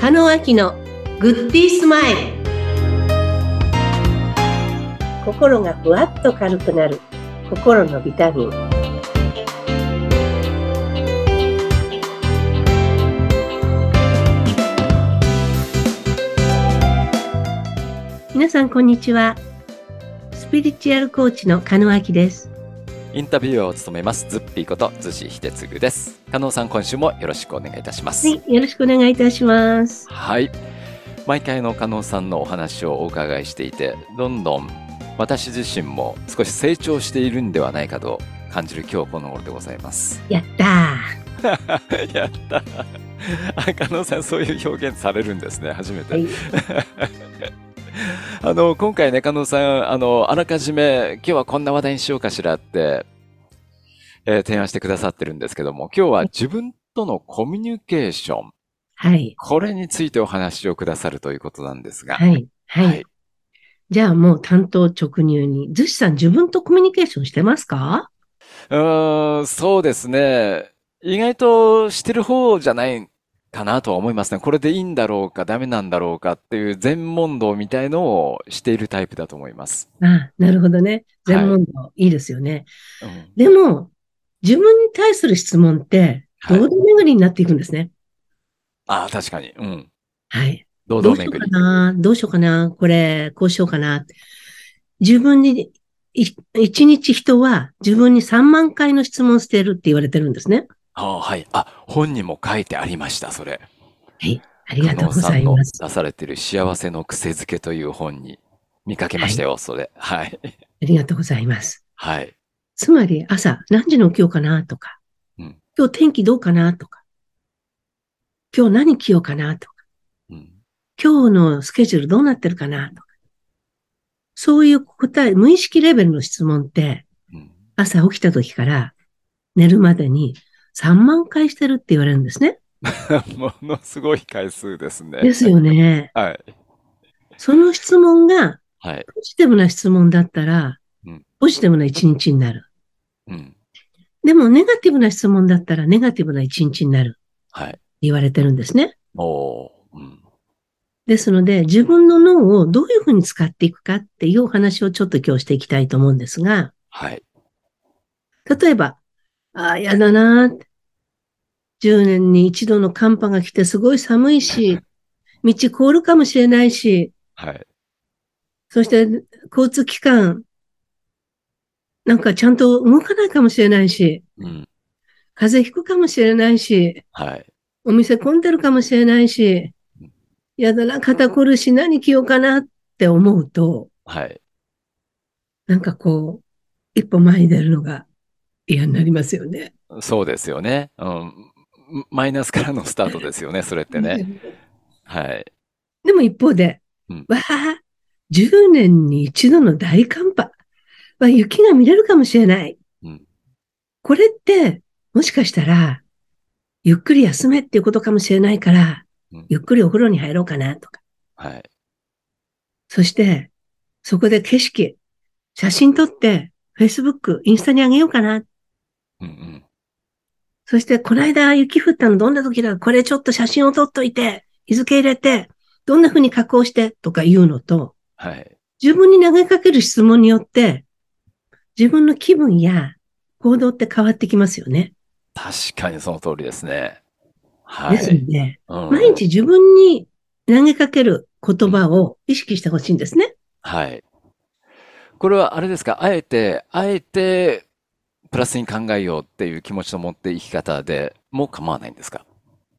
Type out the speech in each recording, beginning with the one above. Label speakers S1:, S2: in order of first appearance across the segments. S1: 中野明のグッディースマイル心がふわっと軽くなる心のビタミン皆さんこんにちはスピリチュアルコーチの加野明です
S2: インタビュアーを務めます、ズッピーこと、ズシヒテツグです。加納さん、今週もよろしくお願いいたします。
S1: はい、よろしくお願いいたします
S2: はい。毎回の加納さんのお話をお伺いしていて、どんどん私自身も少し成長しているんではないかと感じる今日この頃でござ います。
S1: やったー
S2: やった。あ加納さん、そういう表現されるんですね。初めて。
S1: はい、
S2: あの、今回ね、加納さん、あの、あらかじめ、今日はこんな話題にしようかしらって、えー提案してくださってるんですけども、今日は自分とのコミュニケーション、
S1: はい、
S2: これについてお話をくださるということなんですが、
S1: はい、はい。
S2: はい
S1: じゃあもう担当直入に。ずしさん自分とコミュニケーションしてますか
S2: うーん、そうですね。意外としてる方じゃないかなとは思いますね。これでいいんだろうか、ダメなんだろうかっていう全問答みたいのをしているタイプだと思います。
S1: ああなるほどね。全問答、い、いですよね。
S2: うん
S1: でも、自分に対する質問って、
S2: はい
S1: 堂々巡りになっていくんですね。
S2: ああ、確かに。うん。
S1: はい。
S2: 堂
S1: どう
S2: 々
S1: しよう
S2: 巡
S1: か
S2: り。
S1: などうしようかなこれ、こうしようかな自分に、い一日人は自分に3万回の質問してるって言われてるんですね。
S2: ああ、はい。あ、本にも書いてありました、それ。
S1: ありがとうござい
S2: 加納
S1: ます。
S2: さんの出されてる幸せの癖づけという本に見かけましたよ、それ。はい。
S1: ありがとうございます。
S2: はい。
S1: つまり朝何時に起きようかなとか、
S2: うん
S1: 今日天気どうかなとか、今日何着ようかなとか、
S2: うん。
S1: 今日のスケジュールどうなってるかなとか、そういう答え、無意識レベルの質問って
S2: うん。
S1: 朝起きた時から寝るまでに3万回してるって言われるんですね。
S2: ものすごい回数ですね。
S1: ですよね。
S2: はい。
S1: その質問が
S2: はい。
S1: ポジティブな質問だったら
S2: うん、
S1: ポジティブな一日になる。
S2: うん。
S1: でもネガティブな質問だったらネガティブな一日になる。
S2: はい。
S1: 言われてるんですね。
S2: おー。うん。
S1: ですので、自分の脳をどういうふうに使っていくかっていうお話をちょっと今日していきたいと思うんですが、
S2: はい。
S1: 例えば、ああ、やだなーって10年に一度の寒波が来てすごい寒いし、道凍るかもしれないし、
S2: はい。
S1: そして交通機関、なんかちゃんと動かないかもしれないし、
S2: うん。
S1: 風邪ひくかもしれないし、
S2: はい。
S1: お店混んでるかもしれないし、やだな、肩こるし何着ようかなって思うと、
S2: はい。
S1: なんかこう、一歩前に出るのが嫌になりますよね。
S2: そうですよね。うん。マイナスからのスタートですよね、それってね。はい。
S1: でも一方で、
S2: うん
S1: わあ、10年に一度の大寒波は雪が見れるかもしれない。
S2: うん
S1: これって、もしかしたら、ゆっくり休めっていうことかもしれないから、
S2: うん
S1: ゆっくりお風呂に入ろうかなとか。
S2: はい。
S1: そして、そこで景色、写真撮って、Facebook、インスタにあげようかな
S2: うんうん。
S1: そして、この間雪降ったのどんな時だこれちょっと写真を撮っといて、日付入れて、どんな風に加工してとか言うのと、
S2: はい。
S1: 自分に投げかける質問によって、自分の気分や行動って変わってきますよね。
S2: 確かにその通りですね。は
S1: ですの
S2: い。
S1: で、
S2: うん
S1: 毎日自分に投げかける言葉を意識してほしいんですね。
S2: はい。これはあれですか、あえて、あえて、プラスに考えようっていう気持ちの持っていき方でも構わないんですか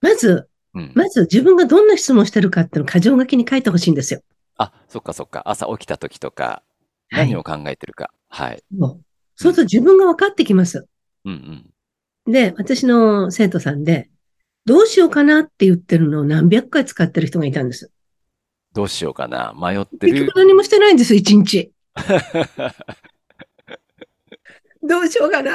S1: まず、
S2: うん。
S1: まず自分がどんな質問してるかっていうのを箇条書きに書いてほしいんですよ。
S2: あ、そっかそっか。朝起きた時とか、
S1: はい
S2: 何を考えてるか。はい。
S1: もうそうすると自分が分かってきます。
S2: うんうん。
S1: で、私の生徒さんで、どうしようかなって言ってるのを何百回使ってる人がいたんです。
S2: どうしようかな。迷っ
S1: 結
S2: て る
S1: 局。何もしてないんですよ、一日。どうしようかな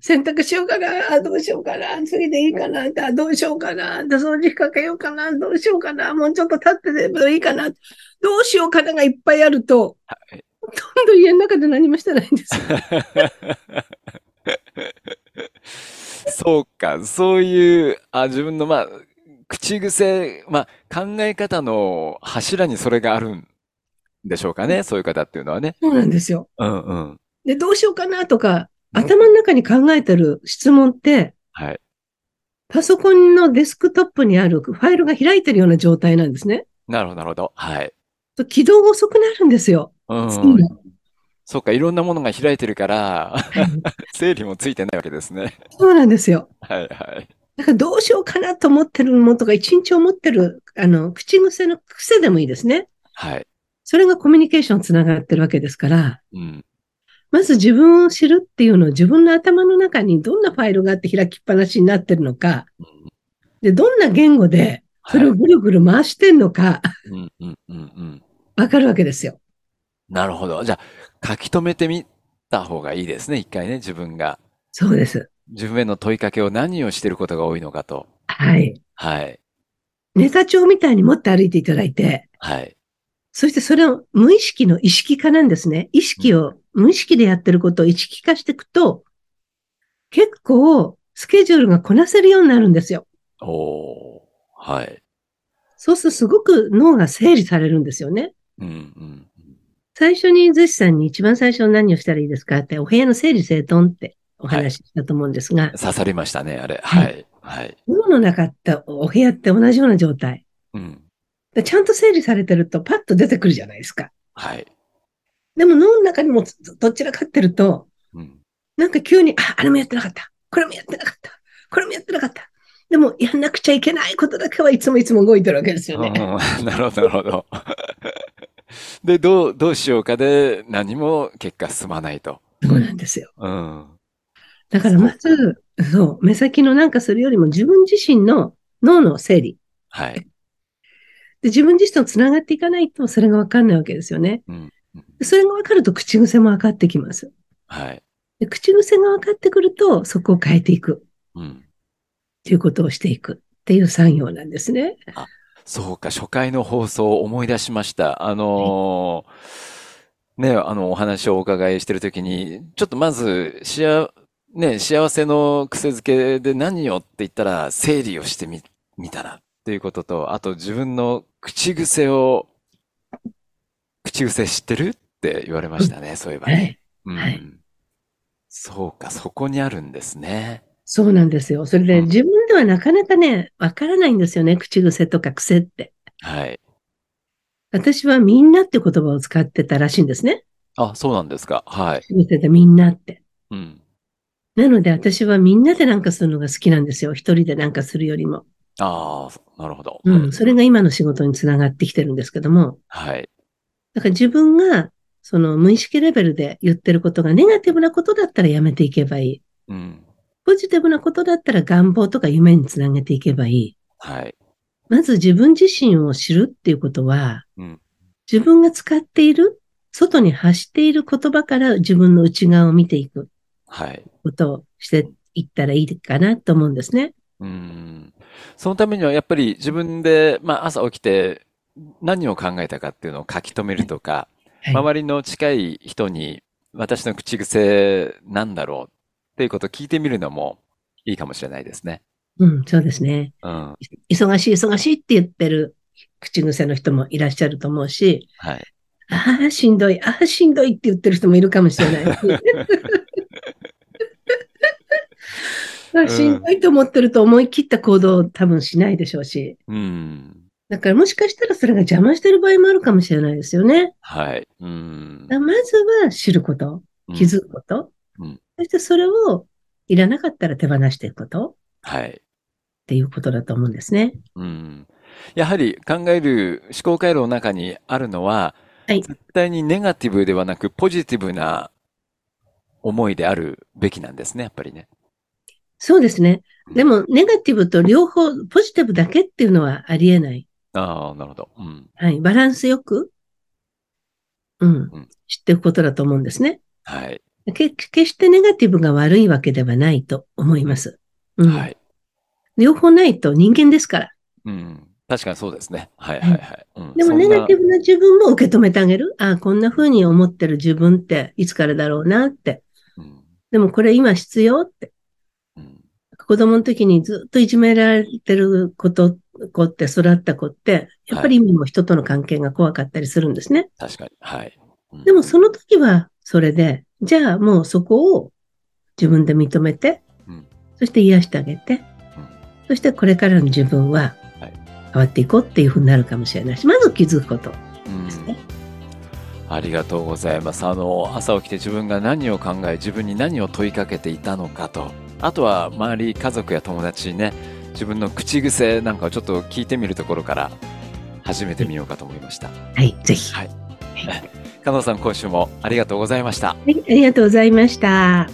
S1: 洗濯しようかなどうしようかな次でいいかなあどうしようかなで掃除かけようかなどうしようかなもうちょっと立ってればいいかなどうしようかながいっぱいあると、
S2: はい
S1: ほとんど家の中で何もしてないんですよ。
S2: そうか。そういう、あ、自分の、まあ、口癖、まあ、考え方の柱にそれがあるんでしょうかね。そういう方っていうのはね。
S1: そうなんですよ。
S2: うんうん。
S1: で、どうしようかなとか、
S2: うん
S1: 頭の中に考えてる質問って、
S2: はい。
S1: パソコンのデスクトップにあるファイルが開いてるような状態なんですね。
S2: なるほど、なるほど。はい。
S1: と起動が遅くなるんですよ。
S2: うん
S1: 次
S2: うん。
S1: の
S2: そっか、いろんなものが開いてるから、 整理もついてないわけですね。
S1: そうなんですよ。
S2: はいはい。
S1: だからどうしようかなと思ってるものとか、一日思ってる、あの、口癖の癖でもいいですね。
S2: はい。
S1: それがコミュニケーションつながってるわけですから、
S2: うん。
S1: まず自分を知るっていうのを自分の頭の中にどんなファイルがあって開きっぱなしになってるのか、で、どんな言語でそれをぐるぐる回してんのか、
S2: うんうんうんうん。
S1: わかるわけですよ。
S2: なるほど。じゃあ、書き留めてみた方がいいですね。一回ね、自分が。
S1: そうです。
S2: 自分への問いかけを何をしてることが多いのかと。
S1: はい。
S2: はい。
S1: ネタ帳みたいに持って歩いていただいて、
S2: はい。
S1: そしてそれを無意識の意識化なんですね。意識を、無意識でやってることを意識化していくと、結構スケジュールがこなせるようになるんですよ。
S2: おー。はい。
S1: そうするとすごく脳が整理されるんですよね。
S2: うんうんうん。
S1: 最初にゼシさんに一番最初何をしたらいいですかって、お部屋の整理整頓ってお話ししたと思うんですが、
S2: 刺さりましたね、あれ。はい。はい。
S1: 脳の中ってお部屋って同じような状態。
S2: うん。
S1: でちゃんと整理されてるとパッと出てくるじゃないですか。
S2: はい。
S1: でも脳の中にもつどちらかってると、
S2: うん。
S1: なんか急に、あ、あれもやってなかった。これもやってなかった。これもやってなかった。でも、やんなくちゃいけないことだけはいつもいつも動いてるわけですよ
S2: うんう
S1: ね。
S2: ん なるほど、なるほど。で、どう、どうしようかで何も結果進まないと。
S1: そうなんですよ。
S2: うん。
S1: だからまず、そう、目先のなんかするよりも自分自身の脳の整理。
S2: はい。
S1: で自分自身とつながっていかないとそれがわかんないわけですよね。
S2: うんうん
S1: でそれがわかると口癖もわかってきます。
S2: はい。
S1: で口癖がわかってくると、そこを変えていく
S2: うん。
S1: っていうことをしていくっていう作業なんですね。
S2: そうか、初回の放送を思い出しました。あのーね、あの、お話をお伺いしてるときに、ちょっとまず、しあ、ね、幸せの癖づけで何をって言ったら、整理をしてみ、みたらっていうことと、あと自分の口癖を、口癖知ってるって言われましたね、そういえば
S1: は
S2: ね。
S1: い。
S2: うん
S1: はい
S2: そうか、そこにあるんですね。
S1: そうなんですよ。それ
S2: う
S1: で
S2: ん
S1: 自分ではなかなかね、わからないんですよね。口癖とか癖って。
S2: はい。
S1: 私はみんなって言葉を使ってたらしいんですね。
S2: あ、そうなんですか。はい。
S1: 口癖でみんなって。
S2: うん。
S1: なので私はみんなでなんかするのが好きなんですよ。一人でなんかするよりも。
S2: ああ、なるほど。
S1: うん。それが今の仕事につながってきてるんですけども。
S2: はい。
S1: だから自分が、その無意識レベルで言ってることがネガティブなことだったらやめていけばいい。
S2: うん。
S1: ポジティブなことだったら願望とか夢につなげていけばいい。
S2: はい。
S1: まず自分自身を知るっていうことは、
S2: うん
S1: 自分が使っている、外に発している言葉から自分の内側を見ていく
S2: はい。
S1: ことをしていったらいいかなと思うんですね。
S2: うん。そのためにはやっぱり自分で、まあ、朝起きて何を考えたかっていうのを書き留めるとか、
S1: はい
S2: 周りの近い人に私の口癖なんだろうっていうことを聞いてみるのもいいかもしれないですね。
S1: うん、そうですね。
S2: うん。はい
S1: 忙しい、忙しいって言ってる口癖の人もいらっしゃると思うし、
S2: い。
S1: ああ、しんどい、ああ、しんどいって言ってる人もいるかもしれ ないし。 まあしんどいと思ってると思い切った行動を多分しないでしょうし。
S2: うん。
S1: だからもしかしたらそれが邪魔してる場合もあるかもしれないですよね。
S2: はい。うん。
S1: だからまずは知ること、気づくこと、
S2: うんうん
S1: そしてそれをいらなかったら手放していくことっ
S2: はい。
S1: ていうことだと思うんですね。
S2: うん。やはり考える思考回路の中にあるのは、
S1: はい
S2: 絶対にネガティブではなくポジティブな思いであるべきなんですね、やっぱりね。
S1: そうですね。でも、ネガティブと両方、ポジティブだけっていうのはありえない。
S2: ああ、なるほど。うん。
S1: はい。バランスよく、うん
S2: ん、
S1: 知っていくことだと思うんですね。
S2: はい。
S1: け決してネガティブが悪いわけではないと思います。うん。
S2: はい。
S1: 両方ないと人間ですから。
S2: うん。確かにそうですね。はいはいはい。うん。
S1: でも
S2: そんな
S1: ネガティブな自分も受け止めてあげる。ああ、こんな風に思ってる自分っていつからだろうなって。
S2: うん。
S1: でもこれ今必要って。
S2: うん。
S1: 子供の時にずっといじめられてること子って育った子って、やっぱり今も人との関係が怖かったりするんですね。
S2: 確かに。はい。うん、
S1: でもその時はそれで、じゃあもうそこを自分で認めて、うん、そして癒してあげて、うん、そしてこれからの自分は変わっていこうっていうふうになるかもしれないし、まず気づくことですね。
S2: ありがとうございます。あの、朝起きて自分が何を考え、自分に何を問いかけていたのかと、あとは周り、家族や友達にね、自分の口癖なんかをちょっと聞いてみるところから始めてみようかと思いました。
S1: はい、ぜ ひ。はい。、
S2: 加納さん、今週もありがとうございました。はい
S1: ありがとうございました。